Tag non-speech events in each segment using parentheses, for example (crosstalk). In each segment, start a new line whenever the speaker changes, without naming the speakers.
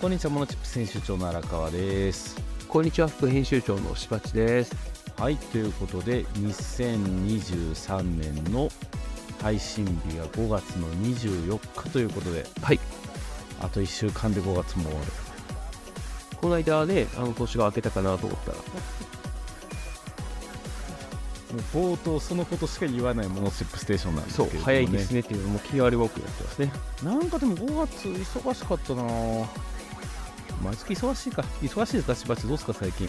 こんにちはモノチップ選手長の荒川です
こんにちは副編集長のしばちです
はいということで2023年の配信日が5月の24日ということで
はい
あと1週間で5月も終わる
この間ねあの年が明けたかなと思ったら
もう冒頭そのことしか言わないモノチップステーションなんですけ
そう
れども、ね、
早いですねっていうのも気が悪多くなってますね
なんかでも5月忙しかったな毎月忙しいか忙しいですかしばちどうですか最近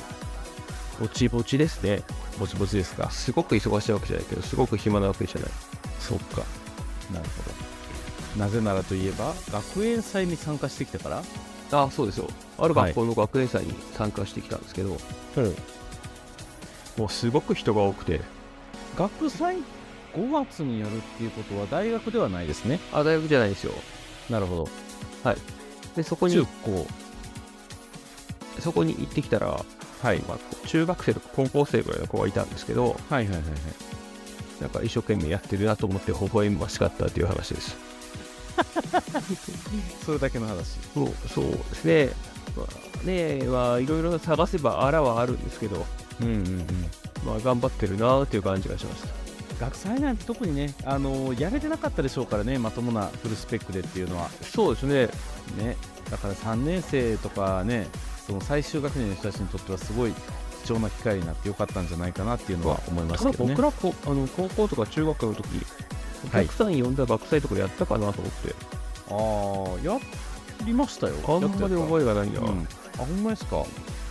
ぼちぼちですね
ぼちぼちですか
すごく忙しいわけじゃないけどすごく暇なわけじゃない
そっかなるほどなぜならといえば学園祭に参加してきたから
あそうですよある学校の学園祭に参加してきたんですけど、
うん
もうすごく人が多くて
学祭5月にやるっていうことは大学ではないですね
あ大学じゃないですよ
なるほ
でそこ
ど中
に
高
そこに行ってきたら、
はい
まあ中学生とか高校生ぐらいの子がいたんですけど
はいはいはいはい
なんか一生懸命やってるなと思って微笑ましかったという話です
それだけの話
そうそうですね。まあ、ねまあ、いろいろ探せばあらはあるんですけど、
うんうんうん
まあ、頑張ってるなという感じがしました。
学祭なんて特にね、あのやれてなかったでしょうからね、まともなフルスペックでっていうのは、
そうですね。
ね、だから3年生とかね、その最終学年の人たちにとってはすごい貴重な機会になってよかったんじゃないかなっていうのは思います
ただ
けどね
僕。らこあの高校とか中学の時お
はい
客さん呼んだ学祭とかやったかなと思って、
ああ、やりましたよ。
あんまり覚えがないな、
うん、あ、ほんまですか。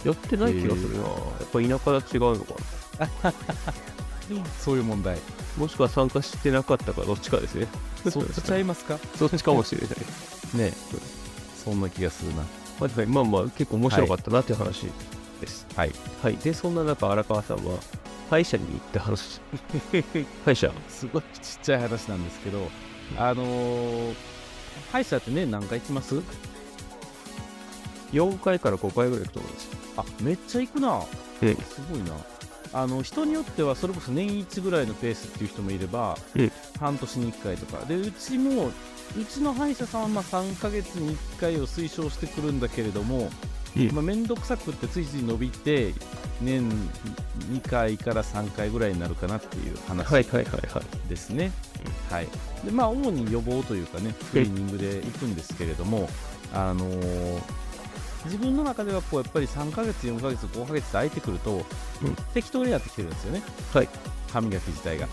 やってない気がする
へ
な、やっぱ田舎が違うのかな、
そういう問題。
もしくは参加してなかったか、どっちかですね、
そっちちゃいますか。
(laughs) そっちかもしれない、
ね、そんな気がするな。
まあ、まあまあ、結構面白かったなという話です。
はい。
はい、でそんな中荒川さんは歯医者に行って話 (laughs) 歯医 (laughs) 者
すごいちっちゃい話なんですけど、あのー歯医者ってね、何回行きます
4回から5回ぐらい行くと思うんです
あめっちゃ行くな、
うん
すごいなあの人によってはそれこそ年1ぐらいのペースっていう人もいれば、
うん
半年に1回とかでうちもうちの歯医者さんはまあ3ヶ月に1回を推奨してくるんだけれども
うん
まあ面倒、くさくってついつい伸びて年2回から3回ぐらいになるかなっていう
はい
話
はいはいはい
ですね、はいでまあ、主に予防というかねクリーニングで行くんですけれども、あのー自分の中ではこうやっぱり3ヶ月、4ヶ月、5ヶ月と空いてくると、
うん
適当になってきてるんですよね、
はい
歯磨き自体が。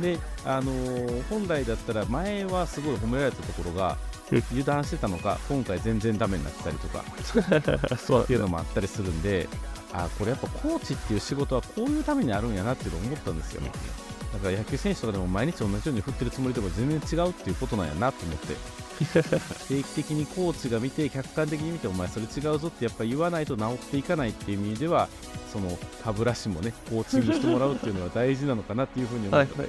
で、あのー本来だったら前はすごい褒められたところが
うん
油断してたのか今回全然ダメになってたりとかっ
あそう
ていうのもあったりするんであーこれやっぱコーチっていう仕事はこういうためにあるんやなっていうのを思ったんですよ。だから野球選手とかでも毎日同じように振ってるつもりとか全然違うっていうことなんやなと思って
(laughs)
定期的にコーチが見て客観的に見てお前それ違うぞってやっぱ言わないと治っていかないっていう意味ではその歯ブラシもねコーチにしてもらうっていうのは大事なのかなっていうふうに思
は
っ
い
て、
はい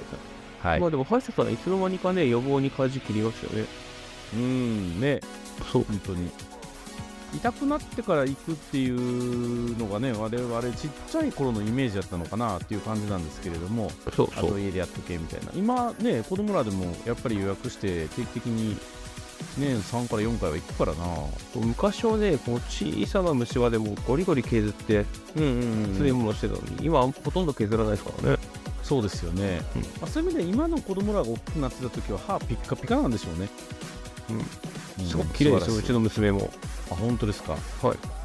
はい、
はい
まあでも歯医者さんいつの間にかね予防に舵切りましたよね
うんね
そう
本当に痛くなってから行くっていうのがね我々ちっちゃい頃のイメージだったのかなっていう感じなんですけれども
そう
あ
そ
と
う
家でやっとけみたいな今ね子供らでもやっぱり予約して定期的に年3から4回は行くからな
昔はねこう小さな虫歯でもゴリゴリ削って
うんうん
強いものしてたのに、今はほとんど削らないですからね
そうですよね、
うん
まあ、そういう意味で今の子供らが大きくなってた時は歯ピッカピカなんでしょうねうん
すごく綺麗ですよ
素晴
う
らし
ちの娘も
いあ本当ですか
は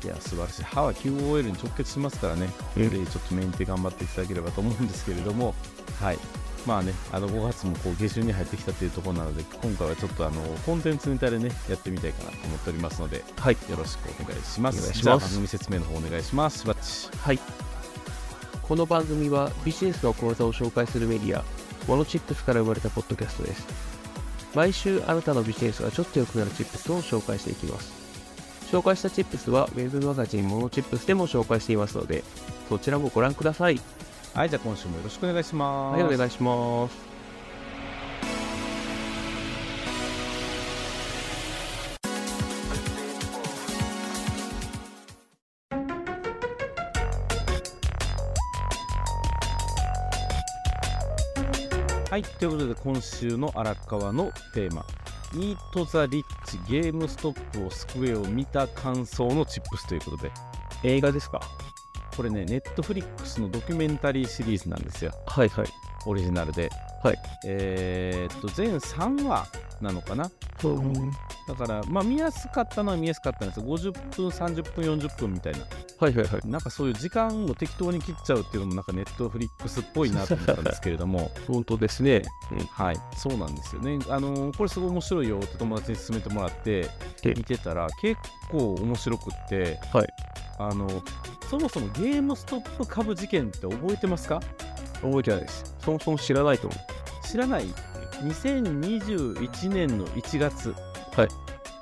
い
や素晴らしい歯は QOL に直結しますからね
い、
でちょっとメンテ頑張っていただければと思うんですけれども、はいまあね、あの5月もこう下旬に入ってきたというところなので、今回はちょっとあのコンテンツネタでね、やってみたいかなと思っておりますので、
はい
よろしくお願いします。
お願いします
じゃあ番組説明の方お願いします。しばっち
はい。この番組はビジネスの講座を紹介するメディア、モノチップスから生まれたポッドキャストです。毎週あなたのビジネスがちょっと良くなるチップスを紹介していきます。紹介したチップスは Web マガジンモノチップスでも紹介していますので、そちらもご覧ください。
はい、じゃあ今週もよろしくお願いしま
は
す。
い、お願いします。
はい、ということで今週の荒川のテーマ、イート・ザ・リッチ、ゲームストップを救えを見た感想のチップスということで、
映画ですか
これね、ネットフリックスのドキュメンタリーシリーズなんですよ、
はいはい。
オリジナルで。
はい。
えーっと、全3話なのかな
そう
だから、まあ、見やすかったのは見やすかったんですよ。50分、30分、40分みたいな。
はいはいはい。
なんかそういう時間を適当に切っちゃうっていうのも、なんかネットフリックスっぽいなと思ったんですけれど
(laughs)
も、
本当ですね。
はい、そうなんですよね。あのーこれすごい面白いよって友達に勧めてもらって
え
見てたら結構面白くって、
はい
あのそもそもゲームストップ株事件って覚えてますか
覚えてないです。そもそも知らないと思
知らない2021年の1月、
はい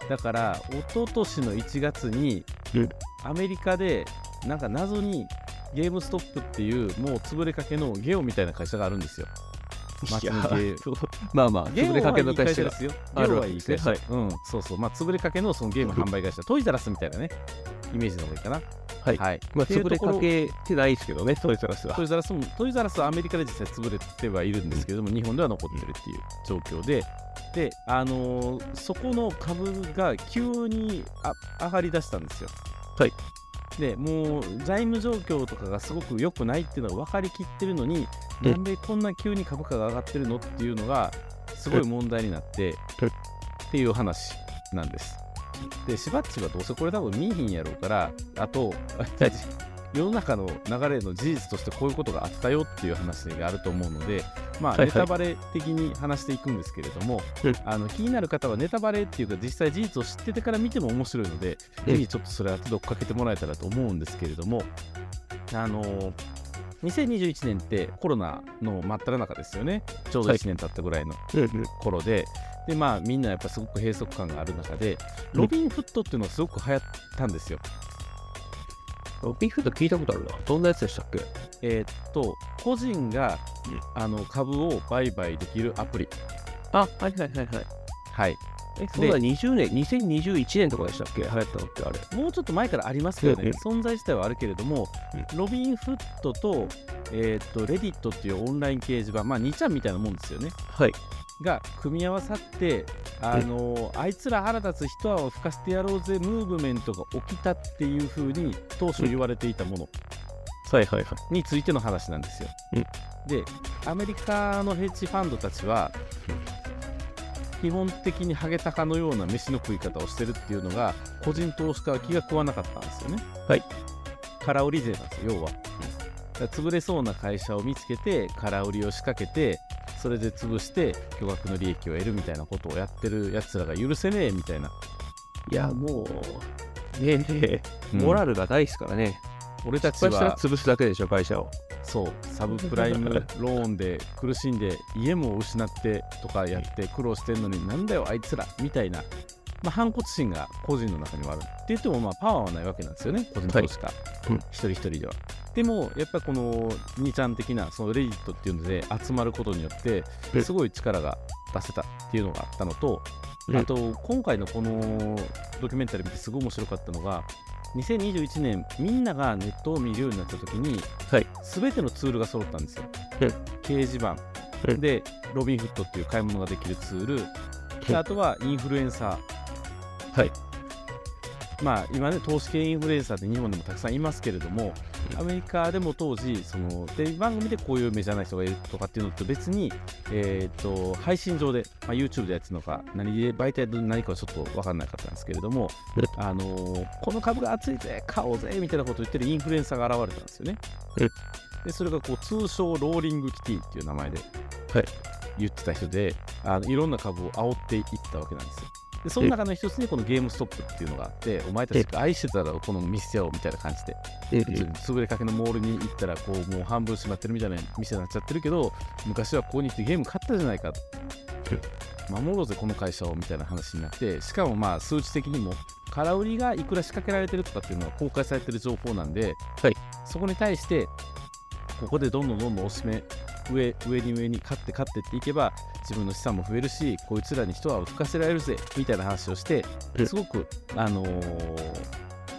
だから一昨年の1月に
うん
アメリカでなんか謎にゲームストップっていうもう潰れかけのゲオみたいな会社があるんですよ。
う。
街のゲー
まあまあ、
ゲー
潰
ム
れかけ
の
の
会
会社
社で
が。
すよ。ゲ
あ
ー
る
ム
わ
は
け
いい
ですね
会社。うん、そうそう。まあ、潰れかけのそのゲーム販売会社、トイザラスみたいなね、イメージの方がいいかな。
はい
はい。
まあ、
っていう
潰れ
とこ
か
ろ
けてないですけどね、トイザらスは
ト。イザラスも、トイザラスはアメリカで実際潰れてはいるんですけれども、日本では残ってるっていう状況で、で、あのーそこの株が急にあ上がりだしたんですよ。
はい。
でもう財務状況とかがすごく良くないっていうのが分かりきってるのに、
うん
なんでこんな急に株価が上がってるのっていうのがすごい問題になって、
うん
っていう話なんです。でしばっちはどうせこれ多分見いひんやろうからあと (laughs) 世の中の流れの事実としてこういうことがあったよっていう話があると思うので、ま
は
あ、
いはい
ネタバレ的に話していくんですけれども、
うん
あの気になる方はネタバレっていうか実際事実を知っててから見ても面白いので
ええ
ぜひちょっとそれは手どっかけてもらえたらと思うんですけれども、あのー2021年ってコロナの真っ只中ですよね、ちょうど
はい
1年経ったぐらいの
うんうん
頃で、でまあ、みんなやっぱすごく閉塞感がある中で、ロビン・フットっていうのがすごく流行ったんですよ。
ロビーフード聞いたことあるな。どんなやつでしたっけ
えーっと、個人が
うん
あの株を売買できるアプリ。
あ、はいはいはいはい。
はい、
え、そんな20年、2021年とかでしたっけ流行ったのってあれ。
もうちょっと前からありますけどね、存在自体はあるけれども
う、
ロビン・フットと,、えーっとレディットっていうオンライン掲示板、まあ、2ちゃんみたいなもんですよね。
はい。
が組み合わさって、あのあいつら腹立つ一泡吹かしてやろうぜムーブメントが起きたっていうふうに当初言われていたもの
はいはいは
についての話なんですよ。
うん
でアメリカのヘッジファンドたちは基本的にハゲタカのような飯の食い方をしてるっていうのが個人投資家は気が食わなかったんですよね。
はい
空売り税なんですよ要は。だから潰れそうな会社を見つけて空売りを仕掛けてそれで潰して巨額の利益を得るみたいなことをやってるやつらが許せねえみたいな、
い。いや、もう、ねえねえ、モ
モラ
ラルが大好きからね。
俺たち
失敗したら
は
潰すだけでしょ、会社を。
そうサブプライム
(laughs)
ローンで苦しんで家も失ってとかやって苦労してんのになんだよあいつらみたいな、まあ、反骨心が個人の中にはあるって言ってもまあパワーはないわけなんですよね個人投資家、
うん
一人一人では。でもやっぱこの兄ちゃん的なそのレジットっていうので集まることによって
うん
すごい力が出せたっていうのがあったのと、
うん
あと今回のこのドキュメンタリー見てすごい面白かったのが2021年みんながネットを見るようになった時に
はい
全てのツールが揃ったんですよ
うん
掲示板
うん
でロビンフットっていう買い物ができるツール
うん
であとはインフルエンサー
はい
まあ今ね投資系インフルエンサーって日本でもたくさんいますけれども
うん
アメリカでも当時そのテレビ番組でこういうメジャーな人がいるとかっていうのと別にえー、と配信上で、まあ、YouTube でやってるのか何で媒体で何かはちょっと分かんなかったんですけれども
うん、
あのーこの株が熱いぜ買おうぜみたいなことを言ってるインフルエンサーが現れたんですよね
うん。
でそれがこう通称ローリングキティっていう名前で
はい
言ってた人で、あのいろんな株を煽っていったわけなんですよ。でその中の一つにこのゲームストップっていうのがあってお前たちが愛してたらこの店をみたいな感じで
え
普通に潰れかけのモールに行ったらこうもう半分閉まってるみたいな店になっちゃってるけど昔はここに来てゲーム買ったじゃないかと守ろうぜこの会社をみたいな話になってしかもまあ数値的にも空売りがいくら仕掛けられてるとかっていうのは公開されてる情報なんで、
はい
そこに対してここでどんどんどんどん押し目上上に上に勝って勝ってっていけば自分の資産も増えるしこいつらに人は吹かせられるぜみたいな話をして
うん
すごく、あのー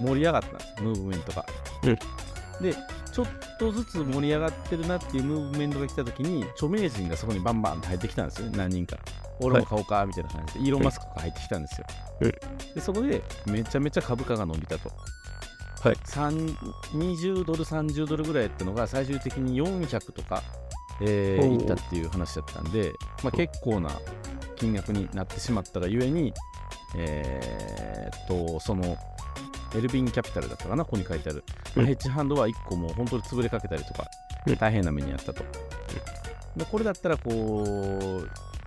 盛り上がったんですムーブメントが。
うん
でちょっとずつ盛り上がってるなっていうムーブメントが来た時に著名人がそこにバンバンと入ってきたんですよね何人か俺も買おうかみたいな感じで、イーロン・マスクが入ってきたんですよ、
うん
でそこでめちゃめちゃ株価が伸びたと、
はい
3 20ドル30ドルぐらいやったのが最終的に400とか、えー
おう
いったっていう話だったんで、まあ、結構な金額になってしまったがゆえにえーっとそのエルビンキャピタルだったかな、ここに書いてある、
う
まあ
ん
ヘッジファンドは1個もう本当に潰れかけたりとか
うん、
大変な目にあったと。でこれだったら、こう、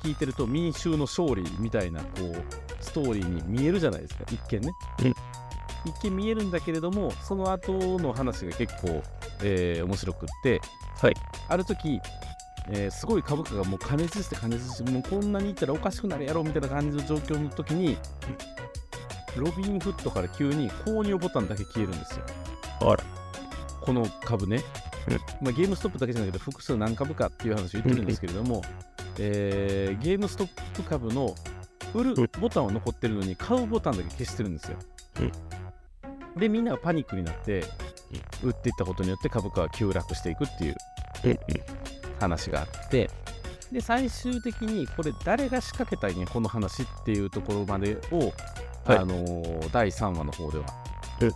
聞いてると民衆の勝利みたいなこうストーリーに見えるじゃないですか、一見ね
うん。
一見見えるんだけれども、その後の話が結構、えー面白くって、
はい
ある時えーすごい株価がもう加熱して加熱してもうこんなにいったらおかしくなるやろみたいな感じの状況の時にロビンフットから急に購入ボタンだけ消えるんですよ
あら
この株ね
うん、
まあ、ゲームストップだけじゃなくて複数何株かっていう話を言ってるんですけれども、えーゲームストップ株の売るボタンは残ってるのに買うボタンだけ消してるんですよ、でみんながパニックになって売っていったことによって株価は急落していくっていう
うんうん
話があってで最終的にこれ誰が仕掛けたんやこの話っていうところまでを、
はい
あのー第3話の方では
うん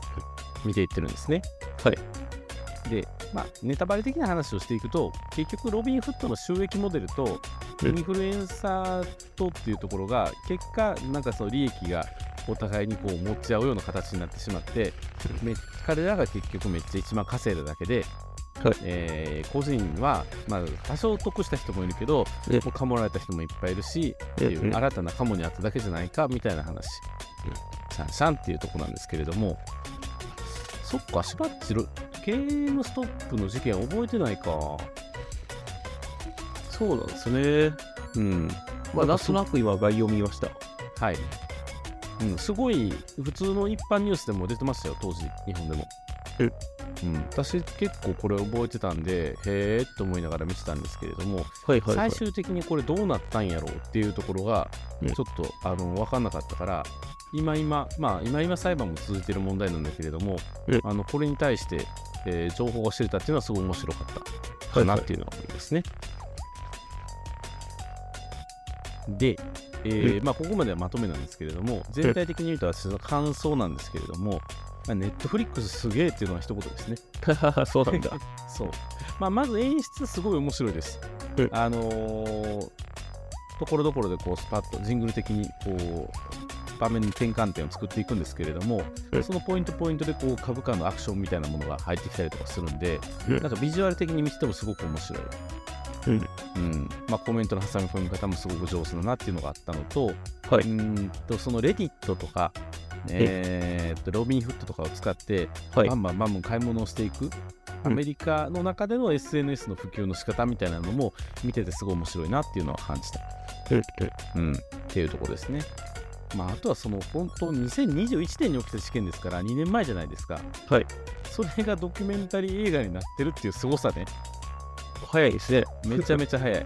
見ていってるんですね。
はい
で、まあ、ネタバレ的な話をしていくと結局ロビン・フットの収益モデルとイ
うん
ンフルエンサーとっていうところが結果なんかその利益がお互いにこう持ち合うような形になってしまってめ彼らが結局めっちゃ一番稼いだだけで、
はい
えー個人は、まあ、多少得した人もいるけど
え
もうかもられた人もいっぱいいるしってい
ええ
う新たなカモにあっただけじゃないかみたいな話シャンシャンっていうとこなんですけれどもそっかしばっちろゲームストップの事件覚えてないか
そうなんですね。
うん
まあ、なん
なか
んと
そ
なく今、概要見ました。
はい、うん、すごい普通の一般ニュースでも出てましたよ当時日本でも
え
うん、私結構これ覚えてたんでへえと思いながら見てたんですけれども
はいはい、はい。
最終的にこれどうなったんやろうっていうところが
うん
ちょっとあの分かんなかったから今今まあ今今裁判も続いてる問題なんだけれども
うん
あのこれに対して、えー情報が知れたっていうのはすごい面白かった
は
か
いは
ないっていうのが多いですね。で、えーまあ、ここまではまとめなんですけれども全体的に言うと私の感想なんですけれどもネットフリックスすげえっていうのは一言ですね。
(laughs) そうなんだ。
(laughs) そう、まあ、まず演出すごい面白いです
うん。
あのーところどころでこうスパッとジングル的にこう場面に転換点を作っていくんですけれども
うん
そのポイントポイントでこう株価のアクションみたいなものが入ってきたりとかするんで
うん
なんかビジュアル的に見ててもすごく面白い、うんまあ、コメントの挟み込み方もすごく上手だなっていうのがあったのと、
は
う
い。
ーんとそのレディットとか、えーっとロビンフットとかを使って
はい
バ。ンバンバンバン買い物をしていくアメリカの中での SNS の普及の仕方みたいなのも見ててすごい面白いなっていうのは感じた、うん、っていうところですね。まあ、あとはその本当2021年に起きた事件ですから2年前じゃないですか
はい
それがドキュメンタリー映画になってるっていう凄さね
早いですね。
めちゃめちゃ早い。い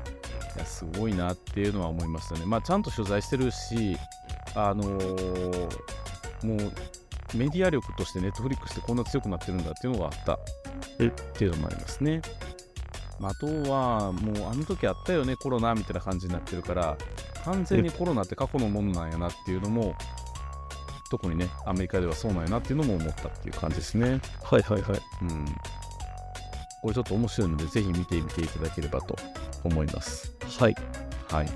やすごいなっていうのは思いましたね。まあ、ちゃんと取材してるし、あのーもうメディア力としてネットフリックスってこんな強くなってるんだっていうのがあったっ
え
ていうのもありますね。まあ、あとは、もうあの時あったよね、コロナみたいな感じになってるから、完全にコロナって過去のものなんやなっていうのも、特にね、アメリカではそうなんやなっていうのも思ったっていう感じですね。
はいはいはい。
うん、これちょっと面白いのでぜひ見てみていただければと思います。
はい。
はい。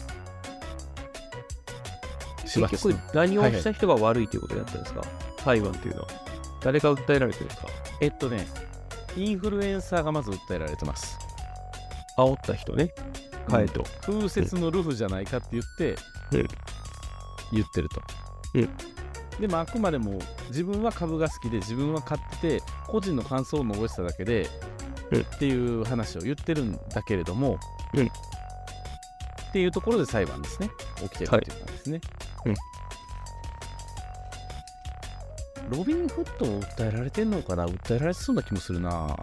しば
結
しの
局、何をした人が悪いということだったんですか、裁判というのは。誰が訴えられてるんですか
えっとね、インフルエンサーがまず訴えられてます。
煽った人ね。
カ
カ
エ
エ
ト
ト。
風雪のルフじゃないかって言って
うん、
言ってると
うん。
でもあくまでも自分は株が好きで自分は買ってて個人の感想を残しただけで
うん
っていう話を言ってるんだけれども
うん
っていうところで裁判ですね起きてるっていう感じですね、
はい
ロビン・フットを訴えられてんのかな訴えられそうな気もするな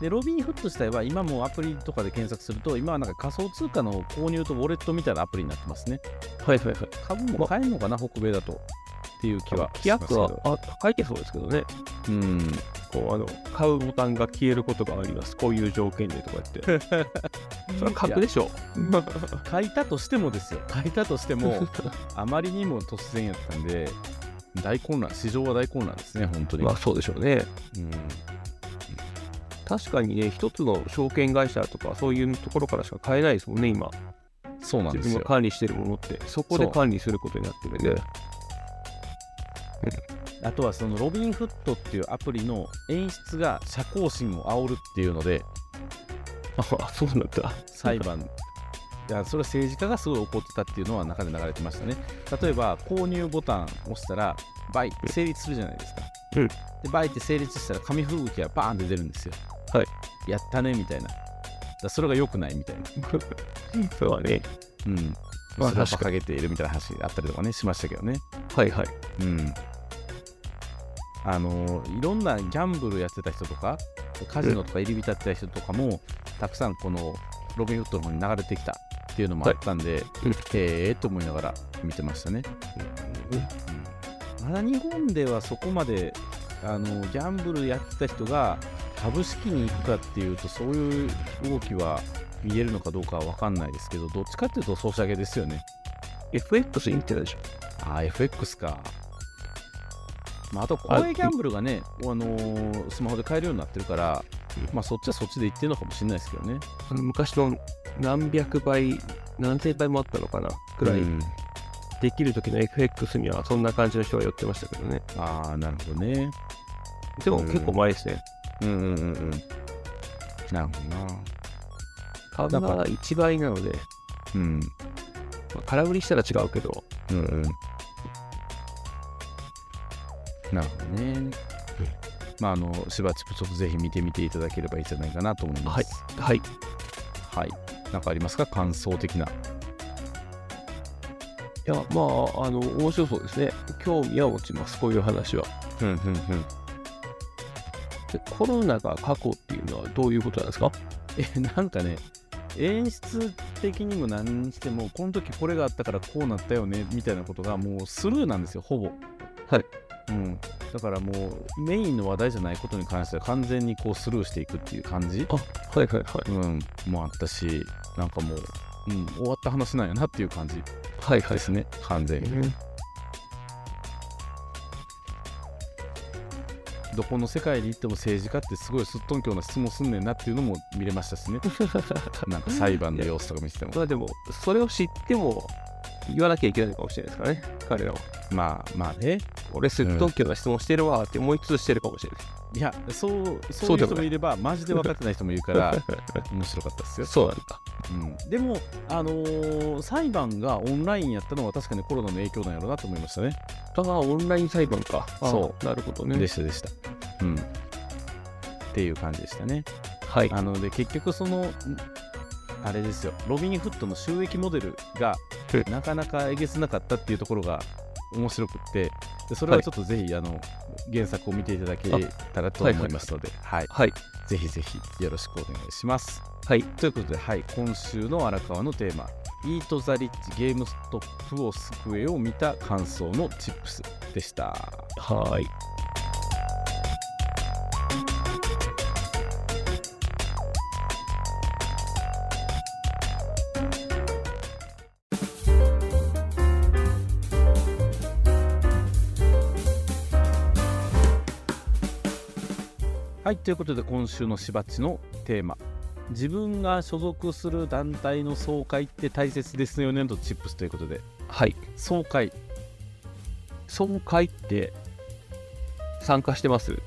でロビンフット自体は今もアプリとかで検索すると今はなんか仮想通貨の購入とウォレットみたいなアプリになってますね
はいはいはい。
株も買えるのかな北米だとっていう気は
規約
します
は、あ、書いてそうですけどね。
けどうん
こうあの買うボタンが消えることがありますこういう条件でとか
(laughs)
言ってそれは書くでしょ
書いたとしてもですよ書いたとしても (laughs) あまりにも突然やったんで大混乱市場は大混乱ですね本当に、
まあそうでしょうね
うん、
確かにね一つの証券会社とかそういうところからしか買えないですもんね今
そうなん
自
です
分
よ
が管理してるものってそこで
そう
管理することになってるんで
あとはそのロビンフットっていうアプリの演出が社交心を煽るっていうので
(laughs) あそうなんだ
裁判いやそれは政治家がすごい怒ってたっていうのは中で流れてましたね例えば購入ボタンを押したら倍成立するじゃないですか、
うん
で倍って成立したら紙吹雪がバーンって出るんですよ
はい
やったねみたいなだからそれが良くないみたいな
それはね
うん
まあ
それを
確か
掲げているみたいな話あったりとかねしましたけどね
はいはい
うん、あのいろんなギャンブルやってた人とかカジノとか入り浸ってた人とかもたくさんこのロビン・フットの方に流れてきたっていうのもあったんで、
うん
へえと思いながら見てましたね、うんまだ日本ではそこまであのギャンブルやってた人が株式に行くかっていうとそういう動きは見えるのかどうかは分かんないですけどどっちかっていうとソシャゲですよね
FX に行ってたでしょ
あー、FX か。まあ、あと、公営ギャンブルがね、あのースマホで買えるようになってるから、まあ、そっちはそっちで行ってるのかもしれないですけどね。
あの昔の何百倍何千倍もあったのかなくらい、
うん
できる時の FX にはそんな感じの人が寄ってましたけどね
ああ、なるほどね。
でも
うん
結構前ですね
うんうんうんうん。なるほどな。
株が1倍なので、
うん。
まあ空売りしたら違うけど
うんうん。なるほどね。まあ、あの、しばちぷちょっとぜひ見てみていただければいいんじゃないかなと思います。
はい
はい。なんかありますか感想的な。
いやまああの面白そうですね興味は持ちますこういう話は
うんうんうん。
でコロナが過去っていうのはどういうことなんですか
えなんかね演出的にも何にしてもこの時これがあったからこうなったよねみたいなことがもうスルーなんですよほぼ
はい、
うん、だからもうメインの話題じゃないことに関しては完全にこうスルーしていくっていう感じ、
はいはいは
うん、もあったしなんかもう、うん、終わった話なんやなっていう感じ
いはいは
で
い、
すね完全にどこの世界に行っても政治家ってすごいすっとんきょうな質問すんねんなっていうのも見れましたし
(laughs)
ねなんか裁判の様子とか見てても
まあでもそれを知っても言わなきゃいけないのかもしれないですからね彼らは
まあまあね
俺すっとんきょうな質問してるわーって思いつつしてるかもしれない
やそうそ
そう
い
うで
う
も
人もいればマジで分かってない人もいるから (laughs) 面白かったですよ
い、そうなんだ
うん、でも、あのー裁判がオンラインやったのは確かにコロナの影響なんやろうなと思いましたね、
ああ、オンライン裁判か。ああ。
そう
なるほどね。
でしたでした、うん、っていう感じでしたね
はい。
あので結局そのんあれですよロビン・フットの収益モデル (laughs) が
うん
なかなかえげつなかったっていうところが面白くってでそれは
はい
ちょっとぜひ、あの原作を見ていただけたらと
はいはい
思いますので、はい
はい。
ぜひぜひよろしくお願いします。
はい。
ということで、はい、今週の荒川のテーマ「イート・ザ・リッチ・ゲームストップを救え」を見た感想のチップスでした。
はーい。
はい、ということで今週のしばっちのテーマ自分が所属する団体の総会って大切ですよねとチップスということで
はい。
総会
総会って参加してます。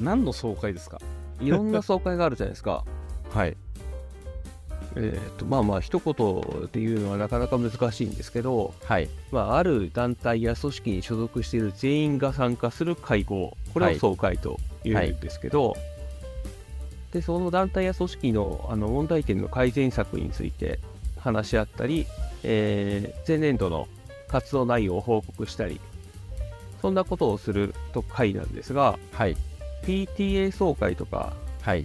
何の総会ですか
いろんな総会があるじゃないですか。
はい
えっと、まあまあ、一言っていうのはなかなか難しいんですけど、
はい
まあ、ある団体や組織に所属している全員が参加する会合、こ
は
れ
い
を総会というんですけど、でその団体や組織のあの問題点の改善策について話し合ったり、えー前年度の活動内容を報告したり、そんなことをすると会なんですが、
はい
PTA 総会とか、
はい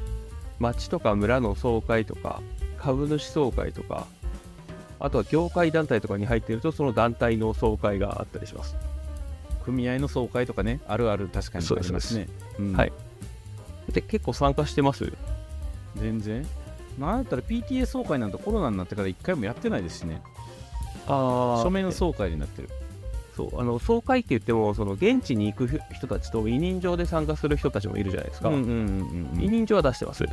町とか村の総会とか株主総会とかあとは業界団体とかに入っているとその団体の総会があったりします
組合の総会とかねあるある確かにありますね、うん
はいで結構参加してます
全然なんやったら PTA 総会なんてコロナになってから一回もやってないですしね
あ
書面総会になってる
そうあの総会って言ってもその現地に行く人たちと委任状で参加する人たちもいるじゃないですか、
うんうんうんうん
委任状は出してます、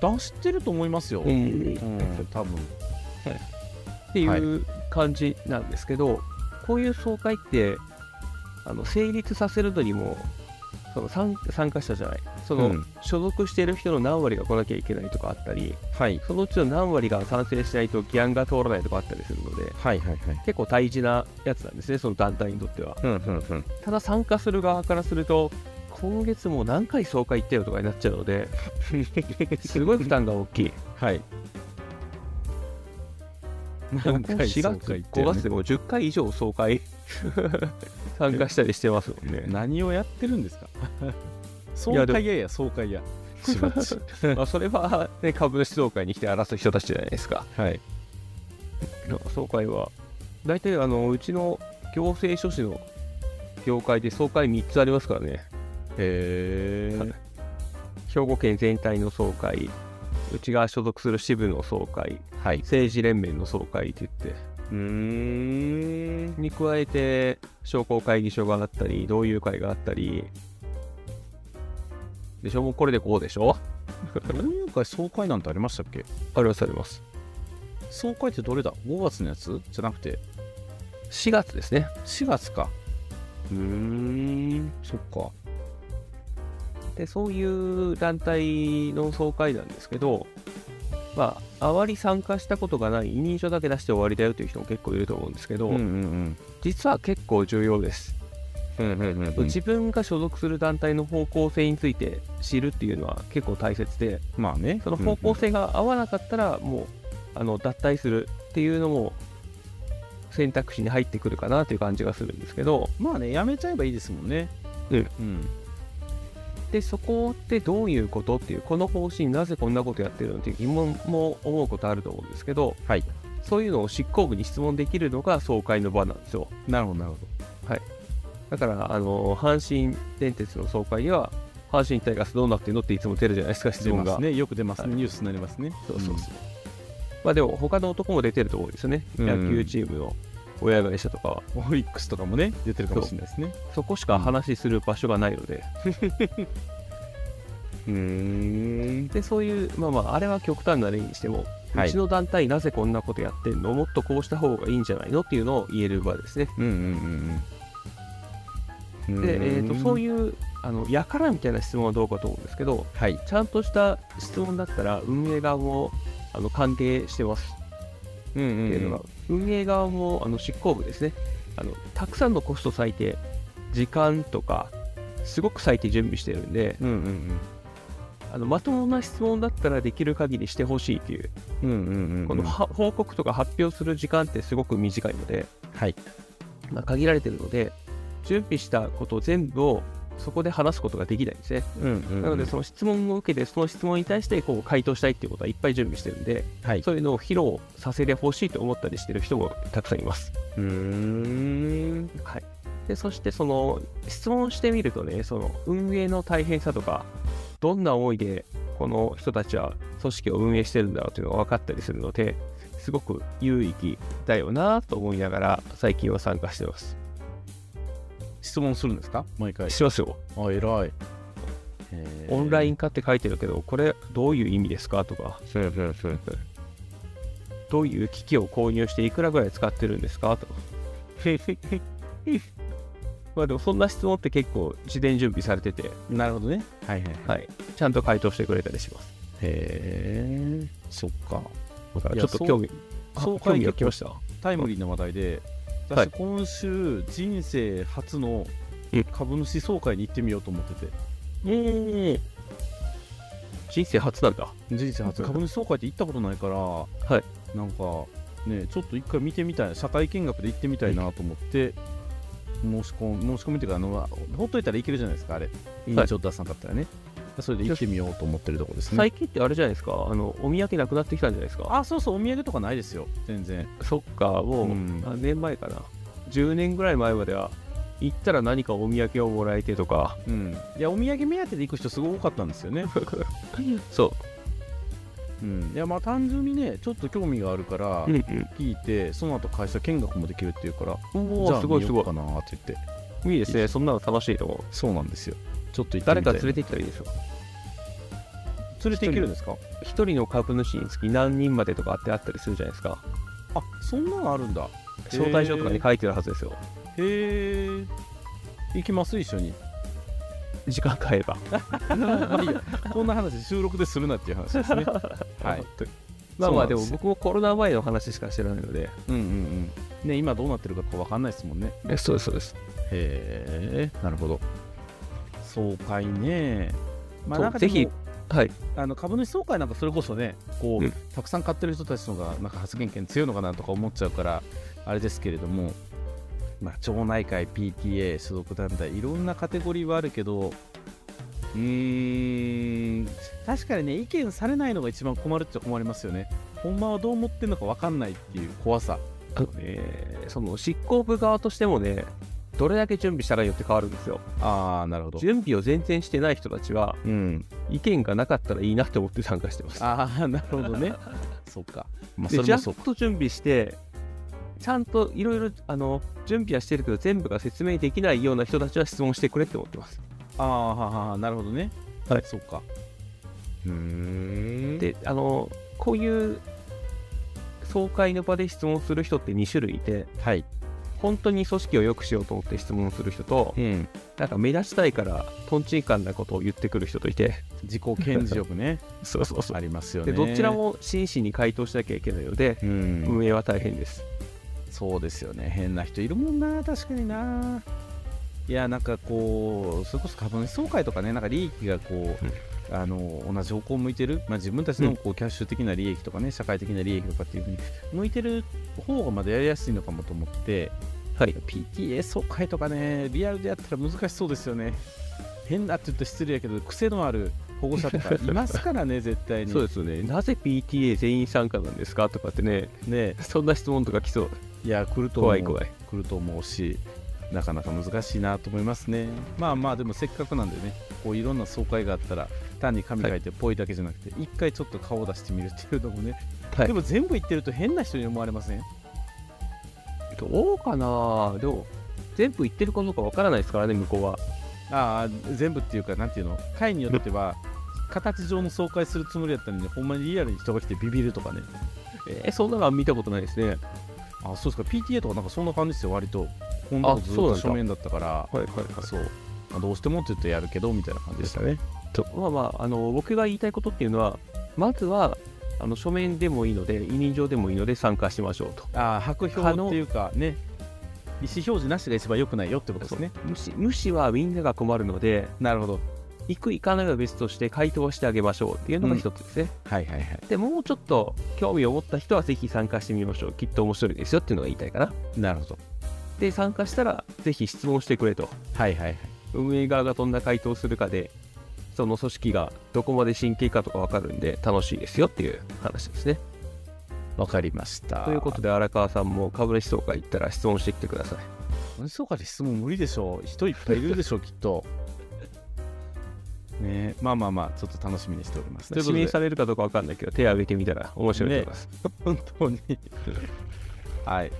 出してると思いますよ、
ん
うん、多分
っていう感じなんですけど、こういう総会ってあの成立させるのにもその参参加者じゃないその、
うん
所属している人の何割が来なきゃいけないとかあったり
はい
そのうちの何割が賛成しないと議案が通らないとかあったりするので
はいはいはい
結構大事なやつなんですねその団体にとっては
うんうんうん
ただ参加する側からすると今月もう何回総会行ったよとかになっちゃうのですごい負担が大きい
はい
4月
総会って
5月でもう10回以上総会参加したりしてますもんね
何をやってるん (laughs) ですか総
やでも
会やや総会やしばっち
まあそれは、ね、株主総会に来て荒らす人たちじゃないですか
はい
総会は大体あのうちの行政書士の業界で総会3つありますからね
へ
はい兵庫県全体の総会うちが所属する支部の総会
(laughs) はいう
政治連盟の総会って言って
ーん
に加えて商工会議所があったり同友会があったりでしょもうこれでこうでしょ
運動会総会なんてありましたっけ
ありますあります
総会ってどれだ5月のやつじゃなくて
4月ですね
4月かうーんそっか
でそういう団体の総会なんですけどまああまり参加したことがない委任書だけ出して終わりだよという人も結構いると思うんですけど、
うんうん
実は結構重要です、
うんうんうんうん
自分が所属する団体の方向性について知るっていうのは結構大切で
まあね
その方向性が合わなかったらもう、あの脱退するっていうのも選択肢に入ってくるかなという感じがするんですけど
まあね、やめちゃえばいいですもんね。
うん
ん。
でそこってどういうことっていうこの方針なぜこんなことやってるのっていう疑問も思うことあると思うんですけど、
はい
そういうのを執行部に質問できるのが総会の場なんですよ
なるほど、なるほ
だからあの阪神電鉄の総会では阪神タイガースどうなってるのっていつも出るじゃないですか
ど。
質
出
問
ま
が
すね。よく出ますね。ニュースになりますね。
そうそうそう。まあでも他の男も出てると思うんですよね。
うん
野球チームの親会社とかは。
うん。オリックスとかもね、出てるかもしれないですね。
そこしか話する場所がないので。
うん。
で、そういう、まあまあ、あれは極端な例にしても、
はいう
ちの団体なぜこんなことやってんのもっとこうした方がいいんじゃないのっていうのを言える場ですね。
うんうんうんうん。
で、えー、とそう
う
いう、あの、やからみたいな質問はどうかと思うんですけど、
ん。はい。
ちゃんとした質問だったら運営側も、あの、歓迎してます。
うんう
っていうのが、運営側もあの執行部ですねあのたくさんのコスト割いて時間とかすごく割いて準備してるんで
うんうん
あのまともな質問だったらできる限りしてほしいっていう
うん。うんうんうん。
このは報告とか発表する時間ってすごく短いので、
はい。
まあ、限られてるので準備したこと全部をそこで話すことができないんですね
うんうんうん。
なのでその質問を受けてその質問に対してこう回答したいっていうことはいっぱい準備してるんで
はい。
そういうのを披露させてほしいと思ったりしてる人もたくさんいます
うーん。
はい、でそしてその質問してみるとねその運営の大変さとかどんな思いでこの人たちは組織を運営してるんだろうというのが分かったりするのですごく有意義だよなと思いながら最近は参加してます。
質問するんですか毎回。
しますよ。
あ、偉い。
オンライ
ン。
ン化って書いてるけどこれどういう意味ですかとか
そうそうそう。
どういう機器を購入していくらぐらい使ってるんですかとか。まあでもそんな質問って結構事前準備されてて、
なるほどね。はいはい。
はい、ちゃんと回答してくれたりします。
へえ、そっか。
だから
い
ち
や
ょっと
そう
興味
そう
興
興
味
味
が
が
き
来
ま
ま
した。
タイムリーな話題で、
はい
私、今週、人生初の
うん
株主総会に行ってみようと思ってて、
ええ人生初なんだ。
人生初、
うん、
株主総会って行ったことないから、はいなんか、ね、ちょっと一回見てみたい、社会見学で行ってみたいなと思って、申し込む申し込みっていうかあの、ほっといたらいけるじゃないですか、あれ、委員長出さなかったらね、それで行ってみようと思ってるところですね。
最近ってあれじゃないですか、あのお土産なくなってきたんじゃないですか。
あ、そうそう、お土産とかないですよ、全然。
そっか、もう、
うん
何年前かな。10年ぐらい前までは、行ったら何かお土産をもらえてとか、
うん、いやお土産目当てで行く人すごい多かったんですよ
(laughs)
ね、
そ
うん、いやまあ単純にねちょっと興味があるから
う、うんうん、
聞いてその後会社見学もできるっていうから
お
じゃ
お
あ
すごい
見
す
よ
ご
うかなーって言って
いいいですねそんなの楽しいと思う
そうなんですよちょっと行って
誰
み
か
たい
連れてきたらいいでしょ
連れて行けるんですか
一人の株主につき何人までとかってあったりするじゃないですか
あそんなのあるんだへー
招待状とかに書いてるはずですよ
へえ行きます一緒
(laughs)
に
時間買えば
まあいいやこんな話収録でするなっていう話
(laughs)
ですねはい
まあまあ
そ
で
うなん
も
すよ
僕もコロナ前の話しか知らないので
うんうんうんね今どうなってるか分かんないですもんね
えそうですそうです
へえなるほど総会ねまあ
そう
なんかでも
ぜひはい
あの株主総会なんかそれこそねこう、
うん
たくさん買ってる人たちの方がなんか発言権強いのかなとか思っちゃうからあれですけれども、まあ、町内会 PTA 所属団体いろんなカテゴリーはあるけどうーん確かにね意見されないのが一番困るっちゃ困りますよねほんまはどう思ってんのか分かんないっていう怖さ
あのねその執行部側としてもねどれだけ準備したかによって変わるんですよ
ああなるほど
準備を全然してない人たちは
うん
意見がなかったらいいなって思って参加してます
ああなるほどね (laughs) そっかまあ
で
そ
ち
れ
ゃ
も
ん
そうか
と準備してちゃんといろいろあの準備はしてるけど全部が説明できないような人たちは質問してくれって思ってます
ああはははなるほどね
はい
そっかうーん
であのこういう総会の場で質問する人って2種類いて
はい
本当に組織を良くしようと思って質問する人と
うん
なんか目立ちたいからとんちんかんなことを言ってくる人といて
自己顕示欲 (laughs) ね
そうそう
ありますよ
で
ね
どちらも真摯に回答しなきゃいけないので
うん、
運営は大変です
そうですよね変な人いるもんな確かにないやなんかこうそれこそ株主総会とかねなんか利益がこう、あの同じ方向を向いてる、まあ、自分たちのこうキャッシュ的な利益とかね、社会的な利益とかっていうふうに向いてる方がまだやりやすいのかもと思って
はい
PTA 総会とかねリアルでやったら難しそうですよね変だって言ったら失礼やけど癖のある保護者とかいますから
(laughs)
ね絶対に
そうですよねなぜ PTA 全員参加なんですかとかってね
ね
そんな質問とか来そう
いや来ると思う
怖い怖い
来ると思うしなかなか難しいなと思いますねまあまあでもせっかくなんでねこういろんな総会があったら単に紙書いてぽいだけじゃなくて一回ちょっと顔を出してみるっていうのもね、
はい
でも全部言ってると変な人に思われません
どうかなでも全部言ってるかどうかわからないですからね向こうは
ああ全部っていうかなんていうの会によっては形上の総会するつもりやったのにほんまにリアルに人が来てビビるとかね
えーそんなのは見たことないですね
あそうですか PTA とかなんかそんな感じですよ割とこのとこずっ
そうなん
と
だ
書面だったから
はいはいは
そう、まあどうしてもって言ってやるけどみたいな感じでしたね
まあまああの僕が言いたいことっていうのはまずはあの書面でもいいので委任状でもいいので参加しましょうと
ああ白
可
票
能
っていうかね意思表示なしが一番良くないよってことですね
無視無視はみんなが困るので
なるほど
行く行かないは別として回答してあげましょうっていうのが一つですね、
はいはいはい
でもうちょっと興味を持った人はぜひ参加してみましょうきっと面白いですよっていうのが言いたいかな
なるほど
で参加したらぜひ質問してくれと
はいはいはい
運営側がどんな回答をするかでその組織がどこまで神経かとか分かるんで楽しいですよっていう話ですね
わかりました
ということで荒川さんも株主総会行ったら質問してきてください
でそうかで質問無理でしょう人いっぱいいるでしょうきっ (laughs) とねえまあまあまあちょっと楽しみにしておりますというこ
指
とで
名されるかどうか分かんないけど手を挙げてみたら面白いと思います、
本当にはい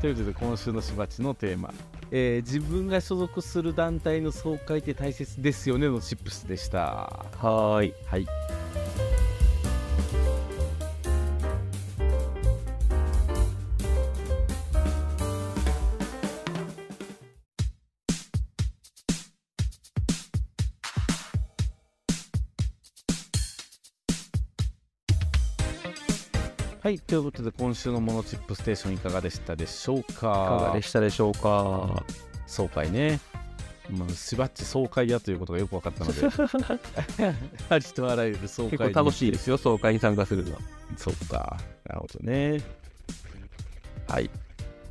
ということで今週のしばちのテーマ、えー自分が所属する団体の総会って大切ですよね」のチップスでした
はーい
はいはいということで今週の「モノチップステーション」いかがでしたでしょうか
いかがでしたでしょうか
総会ね、まあ、しばっち総会やということがよく分かったので (laughs) ありとあらゆる総会
結
に
構楽しいですよ総会に参加するのは
そっか、なるほどね。はい。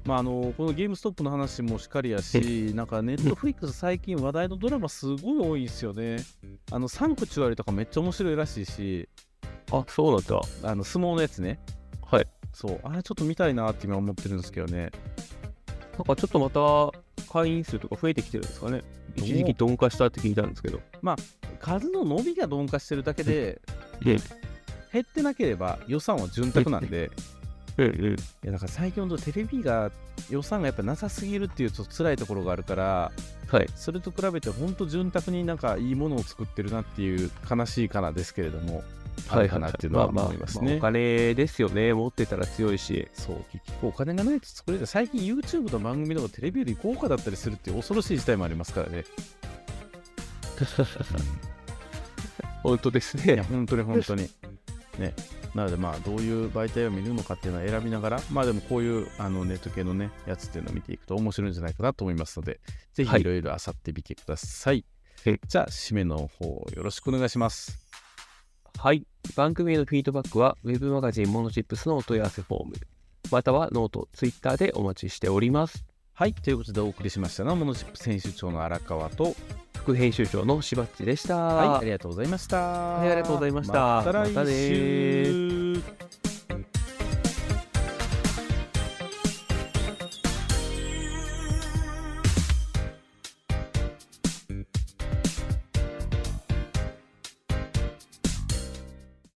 まあ、あのこのゲームストップの話もしっかりやし、なんかネットフリックス最近話題のドラマすごい多いんですよね。あの、サンクチュアリとかめっちゃ面白いらしいし、
あそうなんだ
あの相撲のやつね。
はい
そう、あれちょっと見たいなって今思ってるんですけどね。
なんかちょっとまた会員数とか増えてきてるんですかね一時期鈍化したって聞いたんですけど
数の伸びが鈍化してるだけで
うん
減ってなければ予算は潤沢なんで
うんうん
いやだから最近のテレビが予算がやっぱなさすぎるっていうちょっと辛いところがあるから
はい
それと比べて本当潤沢になんかいいものを作ってるなっていう悲しいかなですけれどもあるかなっていうのは思いますね
お。金ですよね持ってたら強いし
そう結局お金がないと作れる最近 YouTube の番組の方がテレビより豪華だったりするっていう恐ろしい事態もありますからね
本当です
いや
ね
本当に本当にねなのでまあどういう媒体を見るのかっていうのは選びながらまあでもこういうあのネット系のねやつっていうのを見ていくと面白いんじゃないかなと思いますのでぜ
は
ひ
い
いろいろあさってみてください、
はい
じゃあ締めの方よろしくお願いします
はい番組へのフィードバックは Web マガジンモノチップスのお問い合わせフォームまたはノート Twitter でお待ちしております
はいということでお送りしましたのはモノチップ選手長の荒川と
副編集長のしばっちでした、
はいありがとうございました
はいありがとうございました
また来
またね
週